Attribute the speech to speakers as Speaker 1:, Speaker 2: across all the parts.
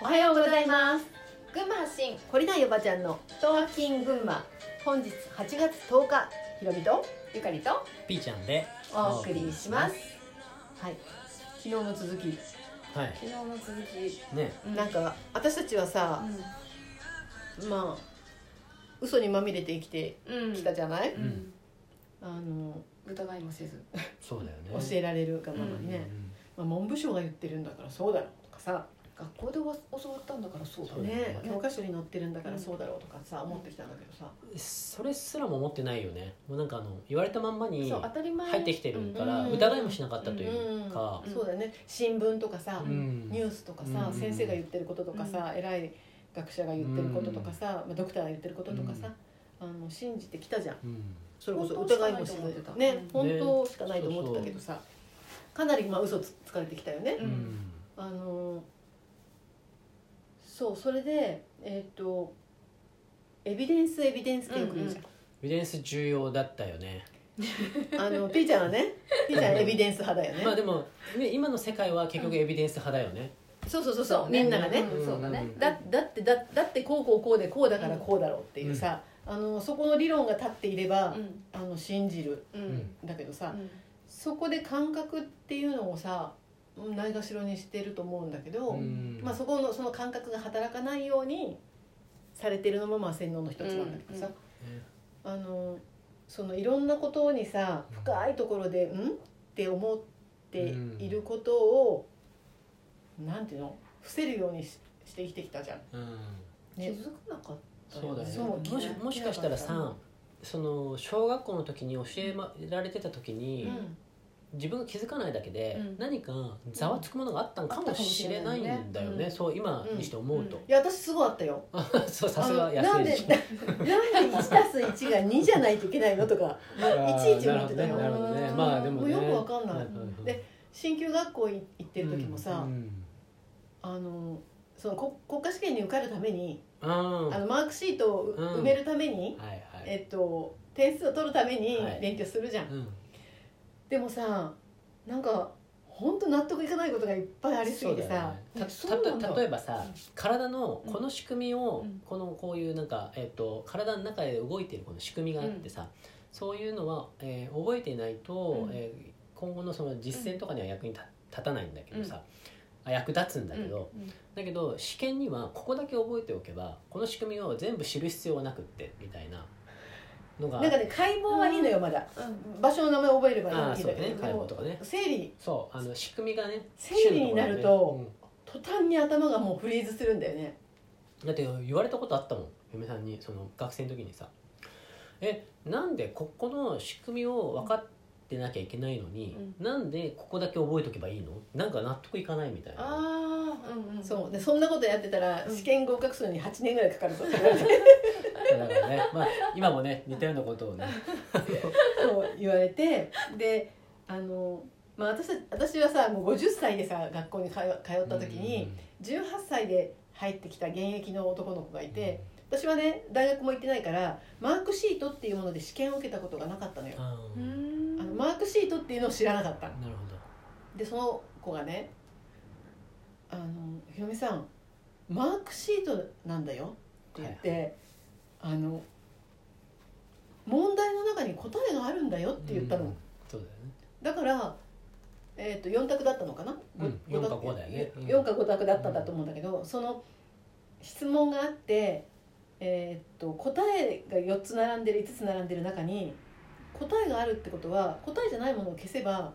Speaker 1: おはようございます
Speaker 2: 群馬発信
Speaker 1: 懲りないおばちゃんのトーキン群馬本日8月10日ひろみと
Speaker 2: ゆかりと
Speaker 3: ピーちゃんで
Speaker 1: お送りしますはい昨日の続き
Speaker 3: は
Speaker 2: 昨日の続き、
Speaker 3: いね
Speaker 1: なんか私たちはさ、まあ嘘にまみれて生きて
Speaker 2: うん、うん、
Speaker 1: きたじゃない、
Speaker 2: うん、
Speaker 3: うん
Speaker 1: あの
Speaker 2: 疑いもせず
Speaker 3: そうだよね
Speaker 1: 教えられるがまま
Speaker 3: うん
Speaker 1: にね、まあ、文部省が言ってるんだからそうだろうとかさ、
Speaker 2: 学校でわ教わったんだからそうだ
Speaker 3: そう
Speaker 2: ね
Speaker 1: ね
Speaker 3: う、ん
Speaker 1: 教科書に載ってるんだからそうだろうとかさ、思ってきたんだけどさ、
Speaker 3: うんそれすらも思ってないよねもうなんかあの言われたまんまに
Speaker 2: そう当たり前
Speaker 3: 入ってきてるか
Speaker 1: う
Speaker 3: ら
Speaker 1: ん
Speaker 3: 疑いもしなかったというか
Speaker 2: ん
Speaker 1: そうだよね新聞とかさ、
Speaker 2: うん
Speaker 1: ニュースとかさ、
Speaker 3: うん
Speaker 1: 先生が言ってることとかさ、偉い学者が言ってることとかさ、まあ、ドクターが言ってることとかさ、あの信じてきたじゃん
Speaker 3: うん
Speaker 1: それこそ疑いもしず
Speaker 2: 本当しかないと思ってた
Speaker 1: ね
Speaker 2: うん
Speaker 1: 本当しかないと思ってたけどさ、かなりまあ嘘つつかれてきたよね、
Speaker 2: うん
Speaker 3: うん
Speaker 1: あのーそうそれでえっ、とエビデンスエビデンスってよく言うじ
Speaker 3: エビデンス重要だったよね
Speaker 1: ゃん、あのピーちゃんはねピーちゃんはエビデンス派だよね、
Speaker 3: まあでもね今の世界は結局エビデンス派だよね
Speaker 1: そうそうそう
Speaker 2: そ
Speaker 1: そうう、
Speaker 2: ね
Speaker 1: みんながね、
Speaker 2: うんそうだね
Speaker 3: ん
Speaker 1: だだってだだってこうこうこうでこうだからこうだろうっていうさ、あのそこの理論が立っていれば、
Speaker 2: うん
Speaker 1: あの信じる
Speaker 2: うんう
Speaker 3: うんん
Speaker 1: んだけどさ、そこで感覚っていうのをさうんないがしろにしてると思うんだけど、
Speaker 3: うん
Speaker 1: まあ、そこのその感覚が働かないようにされてるのもまあ洗脳の一つなんだけどさ、
Speaker 3: ね
Speaker 1: あのそのいろんなことにさ
Speaker 3: うん
Speaker 1: 深いところで「うん?」って思っていることを、なんていうの伏せるようにしして生きてきたじゃん。
Speaker 3: うん
Speaker 2: 気
Speaker 1: ね
Speaker 2: づかなかった
Speaker 3: そうだよね
Speaker 1: そう
Speaker 3: もしもしかしたらさその小学校の時に教えられてた時に、
Speaker 1: うん
Speaker 3: 自分が気づかないだけで、
Speaker 2: うん
Speaker 3: 何かざわつくものがあったんかもしれないんだよ
Speaker 2: あったかもしれない
Speaker 3: ね,、
Speaker 2: ねうん
Speaker 3: そう今にして思うと、
Speaker 1: いや私すごいあったよ
Speaker 3: そうさ
Speaker 1: あ
Speaker 3: す
Speaker 1: の
Speaker 3: が
Speaker 1: な
Speaker 3: 安
Speaker 1: ん
Speaker 3: い
Speaker 1: で
Speaker 3: し
Speaker 1: なんで 1+1 が2じゃないといけないのと かいちいち思ってたよ
Speaker 3: なるほどねなるほどねまあでもね
Speaker 1: もうよくわかんない
Speaker 3: うん
Speaker 1: で進級学校行ってる時も
Speaker 3: う
Speaker 1: さ、
Speaker 3: ん
Speaker 1: あのそのこ国家試験に受かるために、
Speaker 3: うん
Speaker 1: あのマークシートをう
Speaker 3: うん
Speaker 1: 埋めるために、
Speaker 3: はいはい
Speaker 1: えっと、点数を取るために
Speaker 3: はい
Speaker 1: 勉強するじゃん、
Speaker 3: うん
Speaker 1: でもさなんか本当納得いかないことがいっぱいありすぎて
Speaker 3: そうだよ
Speaker 1: さ、
Speaker 3: ね
Speaker 2: うん
Speaker 3: た
Speaker 2: そうなんだ
Speaker 3: たと例えばさ
Speaker 2: うん
Speaker 3: 体のこの仕組みを、
Speaker 2: うん
Speaker 3: このこういうなんか、えっと体の中で動いてるこの仕組みがあってさ、そういうのは、えー覚えていないと、
Speaker 2: うん
Speaker 3: えー今後のその実践とかには役に立立たないんだけどさ、あ役立つんだけど、
Speaker 2: うん
Speaker 3: だけど試験にはここだけ覚えておけばこの仕組みを全部知る必要はなくってみたいなのが
Speaker 1: なんかね解剖はいいのよまだ、
Speaker 2: うん
Speaker 1: 場所の名前覚えればいい
Speaker 3: ああ
Speaker 1: ん
Speaker 3: そう
Speaker 1: だ
Speaker 3: だ
Speaker 1: け
Speaker 3: ね
Speaker 1: ど、
Speaker 3: 解剖とかね
Speaker 1: 整理
Speaker 3: そうあの仕組みがね
Speaker 1: 整理になると、途端に頭がもうフリーズするんだよね
Speaker 3: 種のところねうんだって言われたことあったもん嫁さんにその学生の時にさ「えなんでここの仕組みを分かってなきゃいけないのに、なんでここだけ覚えとけばいいのなんか納得いかない」みたいな。
Speaker 2: ああうんうん
Speaker 1: そうでそんなことやってたら
Speaker 2: うん
Speaker 1: 試験合格するのに8年ぐらいかかるぞって言 われて
Speaker 3: だからね、まあ、今もね似たようなことをね、
Speaker 1: そう言われてであの、まあ、私た私はさもう50歳でさ学校に通通った時に、18歳で入ってきた現役の男の子がい
Speaker 3: うん
Speaker 1: て、私はね大学も行ってないからマークシートっていうもので試験を受けたことがなかったのよ、
Speaker 3: あ
Speaker 2: う
Speaker 3: ー
Speaker 2: ん
Speaker 1: あのマークシートっていうのを知らなかった
Speaker 3: なるほど
Speaker 1: でその子がね「あのひろみさんマークシートなんだよ」って言って、あの問題の中に答えがあるんだよって言ったの、
Speaker 3: うんそうだよね
Speaker 1: だから、えー、と4択だったのかな、
Speaker 3: うん
Speaker 1: ごご
Speaker 3: 四か五だよねうん
Speaker 1: 四か5択だったんだと思うんだけど、その質問があって、えー、と答えが4つ並んでる5つ並んでる中に答えがあるってことは答えじゃないものを消せば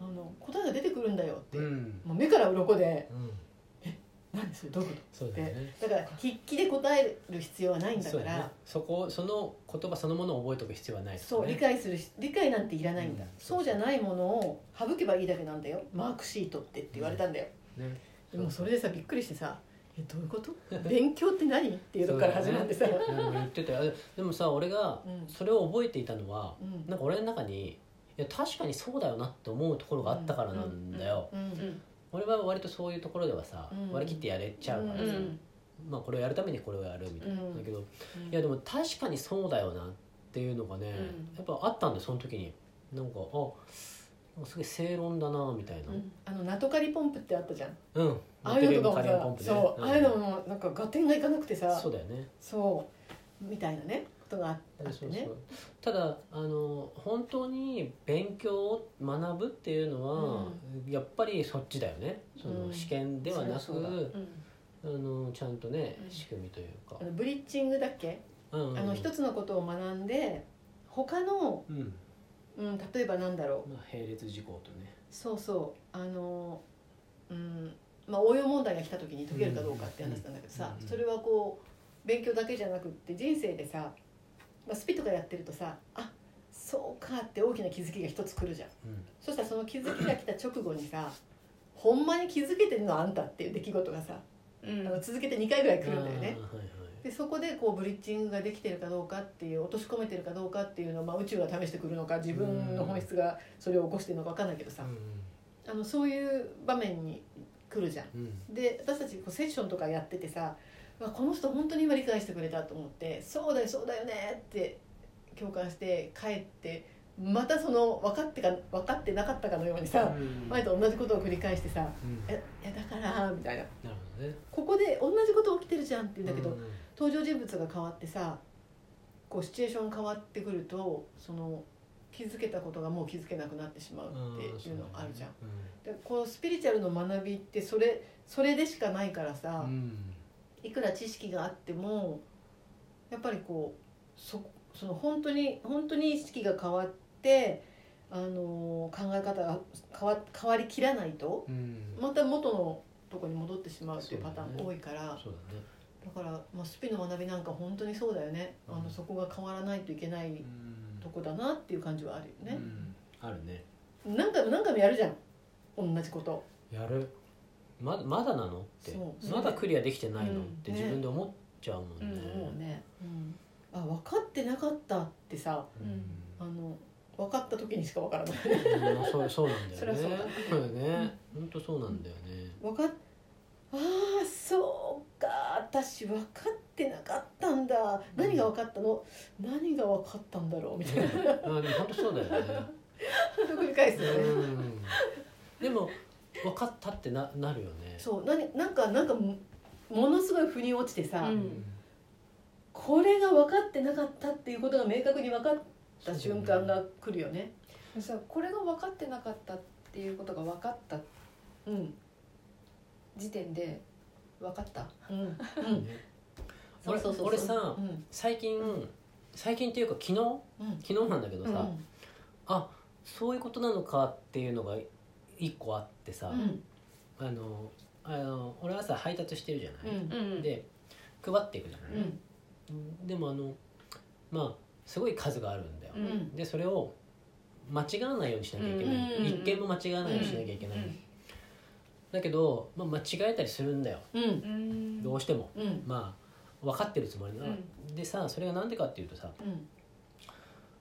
Speaker 1: あの答えが出てくるんだよって、
Speaker 3: うん
Speaker 1: もう目から鱗で
Speaker 3: うん、
Speaker 1: 何それどういうこ
Speaker 3: そうだよね
Speaker 1: とだから筆記で答える必要はないんだか
Speaker 3: そうだ
Speaker 1: ら
Speaker 3: ねそこその言葉そのものを覚えておく必要はない
Speaker 1: そう,、理
Speaker 3: ね
Speaker 1: 解するし理解なんていらないんだ、
Speaker 3: うん
Speaker 1: そうじゃないものを省けばいいだけなんだよマークシートってって言われたんだよ、
Speaker 3: ね
Speaker 1: でもそれでさびっくりしてさ「えどういうこと勉強って何?」っていうとこから始まってさ、
Speaker 3: うん言ってたよででもさ俺が
Speaker 1: うん
Speaker 3: それを覚えていたのは
Speaker 1: うん
Speaker 3: なんか俺の中にいや確かにそうだよなって思うところがあったからなんだよ、
Speaker 1: うん
Speaker 2: うん
Speaker 3: 俺は割とそういうところではさ、
Speaker 1: うん
Speaker 3: 割り切ってやれちゃうからさ、
Speaker 1: う
Speaker 3: まあこれをやるためにこれをやるみたいな、
Speaker 1: うん
Speaker 3: だけどい
Speaker 1: うん
Speaker 3: やでも確かにそうだよなっていうのがね、
Speaker 2: うん
Speaker 3: やっぱあったんだよその時になんかあなんかすごい正論だなみたいな
Speaker 2: うん
Speaker 1: あのナトカリポンプってあったじゃん
Speaker 3: うん、
Speaker 1: ああいうのとか
Speaker 3: ナトリウムカリウムポン
Speaker 1: も
Speaker 3: プ
Speaker 1: さ
Speaker 3: ね
Speaker 1: そう、
Speaker 3: ん
Speaker 1: ああいうのもなんか合点がいかなくてさ
Speaker 3: そうだよね
Speaker 1: そうみたいなねことがああって
Speaker 3: そう
Speaker 1: ね
Speaker 3: そうただあの本当に勉強を学ぶっていうのは、やっぱりそっちだよねその、
Speaker 1: うん
Speaker 3: 試験ではなく
Speaker 2: そうだそうだうん
Speaker 3: あのちゃんとね
Speaker 2: うん
Speaker 3: 仕組みというか
Speaker 1: あ、のブリッジングだっけ、
Speaker 3: うんうん
Speaker 1: あの一つのことを学んで他の、
Speaker 3: うん
Speaker 1: うん、例えばなんだろう
Speaker 3: まあ、並列事項とね
Speaker 1: そうそうあのうんまあ応用問題が来た時に解けるかどうかって話なんだけどさ、
Speaker 3: うん
Speaker 1: それはこう勉強だけじゃなくって人生でさ、まあ、スピとかやってるとさあそうかって大きな気づきが一つ来るじゃん
Speaker 3: うん
Speaker 1: そしたらその気づきが来た直後にさほんまに気づけてるのあんたっていう出来事がさ、
Speaker 2: うん
Speaker 1: あの続けて2回ぐらい来るんだよね
Speaker 3: あーはいはい
Speaker 1: でそこでこうブリッジングができてるかどうかっていう落とし込めてるかどうかっていうのは、まあ、宇宙が試してくるのか自分の本質がそれを起こしてるのか分かんないけどさ、あのそういう場面に来るじゃん
Speaker 3: うんうん
Speaker 1: で私たちこうセッションとかやっててさうわこの人本当に今理解してくれたと思って「そうだよそうだよね」って共感して帰ってまたその分かってか分かってなかったかのようにさ
Speaker 3: うん
Speaker 1: 前と同じことを繰り返してさ
Speaker 3: うん
Speaker 1: 「
Speaker 3: なる
Speaker 1: えいやだから」みたいな
Speaker 3: ほどね
Speaker 1: 「ここで同じこと起きてるじゃん」って言うんだけど、
Speaker 3: うん
Speaker 1: 登場人物が変わってさこうシチュエーション変わってくるとその気づけたことがもう気づけなくなってしまうっていうのあるじゃん。でこのスピリチュアルの学びってそれそれでしかないからさ
Speaker 3: う、ん
Speaker 1: いくら知識があってもやっぱりこうそその本当に本当に意識が変わって、あのー考え方が変わ変わりきらないと
Speaker 3: うん
Speaker 1: また元のとこに戻ってしまうっていう
Speaker 3: そ
Speaker 1: パ
Speaker 3: うだ
Speaker 1: タ
Speaker 3: ね
Speaker 1: ーン多いからだ,、
Speaker 3: そうだね
Speaker 1: から、まあ、スピの学びなんか本当にそうだよね、あ
Speaker 3: う
Speaker 1: の
Speaker 3: ん
Speaker 1: そこが変わらないといけないうと
Speaker 3: ん
Speaker 1: こだなっていう感じはあるよね
Speaker 3: う、んあるね
Speaker 1: 何回も何回もやるじゃん同じこと。
Speaker 3: やるまだまだなのって
Speaker 1: そう
Speaker 3: まだクリアできてないのっ
Speaker 2: うん
Speaker 3: て
Speaker 1: ね
Speaker 3: 自分で思っちゃうもん
Speaker 2: う
Speaker 3: ね
Speaker 2: んもうね
Speaker 1: うんあ分かってなかったってさ
Speaker 3: う
Speaker 1: あ
Speaker 3: ん
Speaker 1: の分かった時にしか分からない
Speaker 3: うんそうそうなんだ
Speaker 1: そり
Speaker 3: よ
Speaker 1: ゃ
Speaker 3: ね
Speaker 1: そうだ
Speaker 3: そうだね本当そうなんだよね
Speaker 1: 分かっああそうか私分かってなかったんだ何が分かったの、何が分かったんだろう みたいな
Speaker 3: あでも本当そうだよね
Speaker 1: 繰り返すよね、
Speaker 3: うんでも分かったってななるよね
Speaker 1: そう何なんかなんかもものすごい腑に落ちてさ、
Speaker 2: うん
Speaker 1: これが分かってなかったっていうことが明確に分かった瞬間が来るよね
Speaker 2: さこれが分かってなかったっていうことが分かった
Speaker 1: うん
Speaker 2: 時点で分かった
Speaker 1: うんうん
Speaker 3: ね俺俺さ
Speaker 1: うん
Speaker 3: 最近最近っていうか昨日
Speaker 1: うん
Speaker 3: 昨日なんだけど
Speaker 1: うん
Speaker 3: さあそういうことなのかっていうのが一個あってさ
Speaker 1: うん
Speaker 3: あのあの俺はさ配達してるじゃ
Speaker 1: う
Speaker 3: ない
Speaker 1: ん
Speaker 2: んで
Speaker 3: で配っていくじゃな
Speaker 1: う
Speaker 3: い
Speaker 1: ん
Speaker 3: でもあのまあすごい数があるんだよ
Speaker 1: うんうん
Speaker 3: でそれを間違わないようにしなきゃいけな
Speaker 1: うん
Speaker 3: い一件も間違わないようにしなきゃいけないだけど、まあ、間違えたりするんだよ
Speaker 1: うん
Speaker 2: うん
Speaker 3: どうしても
Speaker 1: うん
Speaker 3: まあ分かってるつもりな、
Speaker 2: うん
Speaker 3: でさそれがなんでかっていうとさ、
Speaker 1: うん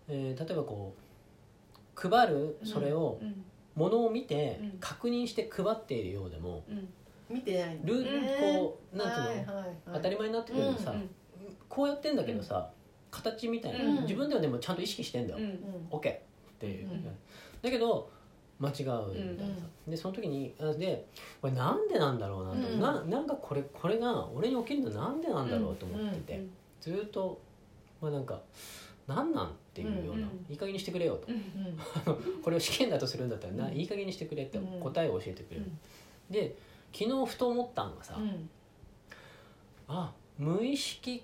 Speaker 3: えー例えばこう配るそれを
Speaker 2: うん
Speaker 3: ものを見て
Speaker 2: うん
Speaker 3: 確認して配っているようでも
Speaker 2: うん
Speaker 1: 見てない
Speaker 3: ル
Speaker 1: ね
Speaker 3: こうなんつうの、
Speaker 1: はいはいはい
Speaker 3: 当たり前になってくるのさ、
Speaker 2: うん
Speaker 3: こうやってんだけどさ形みたいな、
Speaker 1: うん
Speaker 3: 自分ではでもちゃんと意識してんだよ、
Speaker 2: うん
Speaker 3: OK っていう、
Speaker 1: うん
Speaker 3: だけど間違うみたいなさ、でその時にあでこれなんでなんだろうなと、
Speaker 1: うん
Speaker 3: ななんかこれこれが俺に起きるのなんでなんだろうと思ってて、
Speaker 2: うん
Speaker 3: ずーっとまあなんかなんなんっていうような、
Speaker 2: うんうん
Speaker 3: いい加減にしてくれよと、
Speaker 2: うん
Speaker 1: うん
Speaker 3: これを試験だとするんだったらな、
Speaker 1: うん
Speaker 3: いい加減にしてくれって
Speaker 1: うん
Speaker 3: 答えを教えてくれる、で昨日ふと思ったのがさ、
Speaker 1: うん
Speaker 3: あ無意識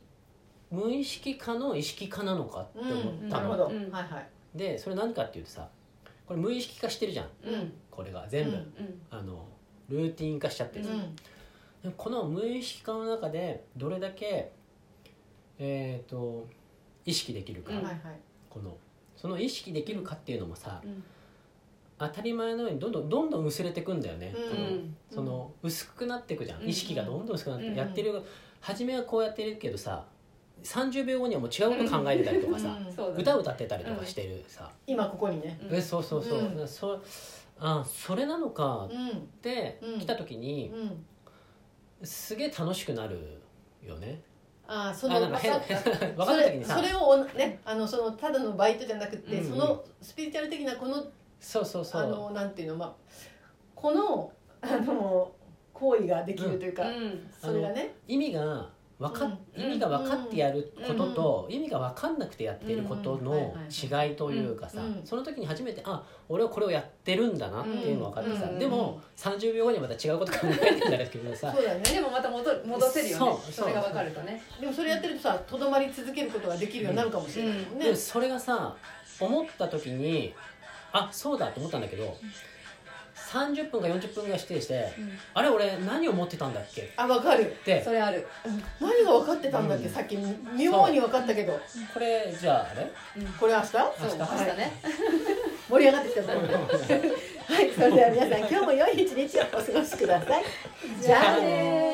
Speaker 3: 無意識化の意識化なのかって思
Speaker 1: うん
Speaker 3: った
Speaker 1: なる
Speaker 3: の、
Speaker 1: ほどは
Speaker 2: う
Speaker 1: い
Speaker 2: ん
Speaker 1: はい
Speaker 3: でそれ何かっていうとさこれ無意識化してるじゃん
Speaker 2: うん
Speaker 3: これが全部、
Speaker 1: うん
Speaker 2: うん
Speaker 3: あのルーティン化しちゃってる
Speaker 1: う
Speaker 3: さ、
Speaker 1: ん
Speaker 3: でこの無意識化の中でどれだけえっ、と意識できるか、
Speaker 2: うん
Speaker 1: はいはい
Speaker 3: このその意識できるかっていうのもさ
Speaker 2: うん
Speaker 3: 当たり前のようにどんどんどんどん薄れてくんだよね、
Speaker 1: うん
Speaker 3: その
Speaker 2: うん
Speaker 3: その薄くなっていくじゃん、
Speaker 2: うん
Speaker 3: 意識がどんどん薄くなって、
Speaker 2: うん
Speaker 3: やってる初めはこうやってるけどさ30秒後にはもう違うこと考えてたりとかさ、
Speaker 1: うん
Speaker 2: そうだね
Speaker 3: 歌歌ってたりとかしてるさ、
Speaker 1: 今ここにね
Speaker 2: うん
Speaker 3: えそうそうそう、
Speaker 1: うん
Speaker 3: だからそあそれなのか
Speaker 1: う
Speaker 3: っ
Speaker 1: ん
Speaker 3: て
Speaker 1: うん
Speaker 3: 来た時に
Speaker 1: うん
Speaker 3: すげえ楽しくなるよね、
Speaker 1: あーそ
Speaker 3: あ
Speaker 1: の
Speaker 3: なんか変
Speaker 1: わかっ
Speaker 3: 分
Speaker 1: た
Speaker 3: かった時にさ
Speaker 1: それそれをねあのそのただのバイトじゃなくて
Speaker 3: うん
Speaker 1: そのスピリチュアル的なこの
Speaker 3: そうそうそ
Speaker 1: あ
Speaker 3: う
Speaker 1: のなんていうのまあこのあの行為ができるというか、
Speaker 2: うん
Speaker 1: それがね
Speaker 3: 意味がわかっ、
Speaker 2: うん
Speaker 3: 意味が分かってやることと、意味が分かんなくてやってること
Speaker 1: うんはいはい
Speaker 3: の違いというかさ、
Speaker 1: うんうん
Speaker 3: その時に初めてあ俺はこれをやってるんだなっていうのが分かってさ、
Speaker 2: うん
Speaker 3: でも30秒後にまた違うこと考えてんだけどさ
Speaker 1: そうだね
Speaker 2: でもまた戻る戻せるよね
Speaker 3: そう
Speaker 2: それが分かるとね
Speaker 1: でもそれやってるとさとどまり続けることができるようになるかもしれないもんね、
Speaker 3: でもそれがさ思った時にあそうだと思ったんだけど30分か40分ぐらい指定してあれ俺何を持ってたんだっけっ
Speaker 1: あ分かる
Speaker 2: うん
Speaker 3: て
Speaker 2: それある
Speaker 1: 何が分かってたんだっけ、
Speaker 3: うん
Speaker 1: さっき妙に分かったけど
Speaker 3: これじゃああれ
Speaker 2: うん
Speaker 1: これ明日
Speaker 2: そう
Speaker 3: 明
Speaker 2: 明
Speaker 3: 日
Speaker 2: 日ね
Speaker 1: 盛り上がってきたぞはいそれでは皆さん今日も良い一日をお過ごしくださいじゃあねー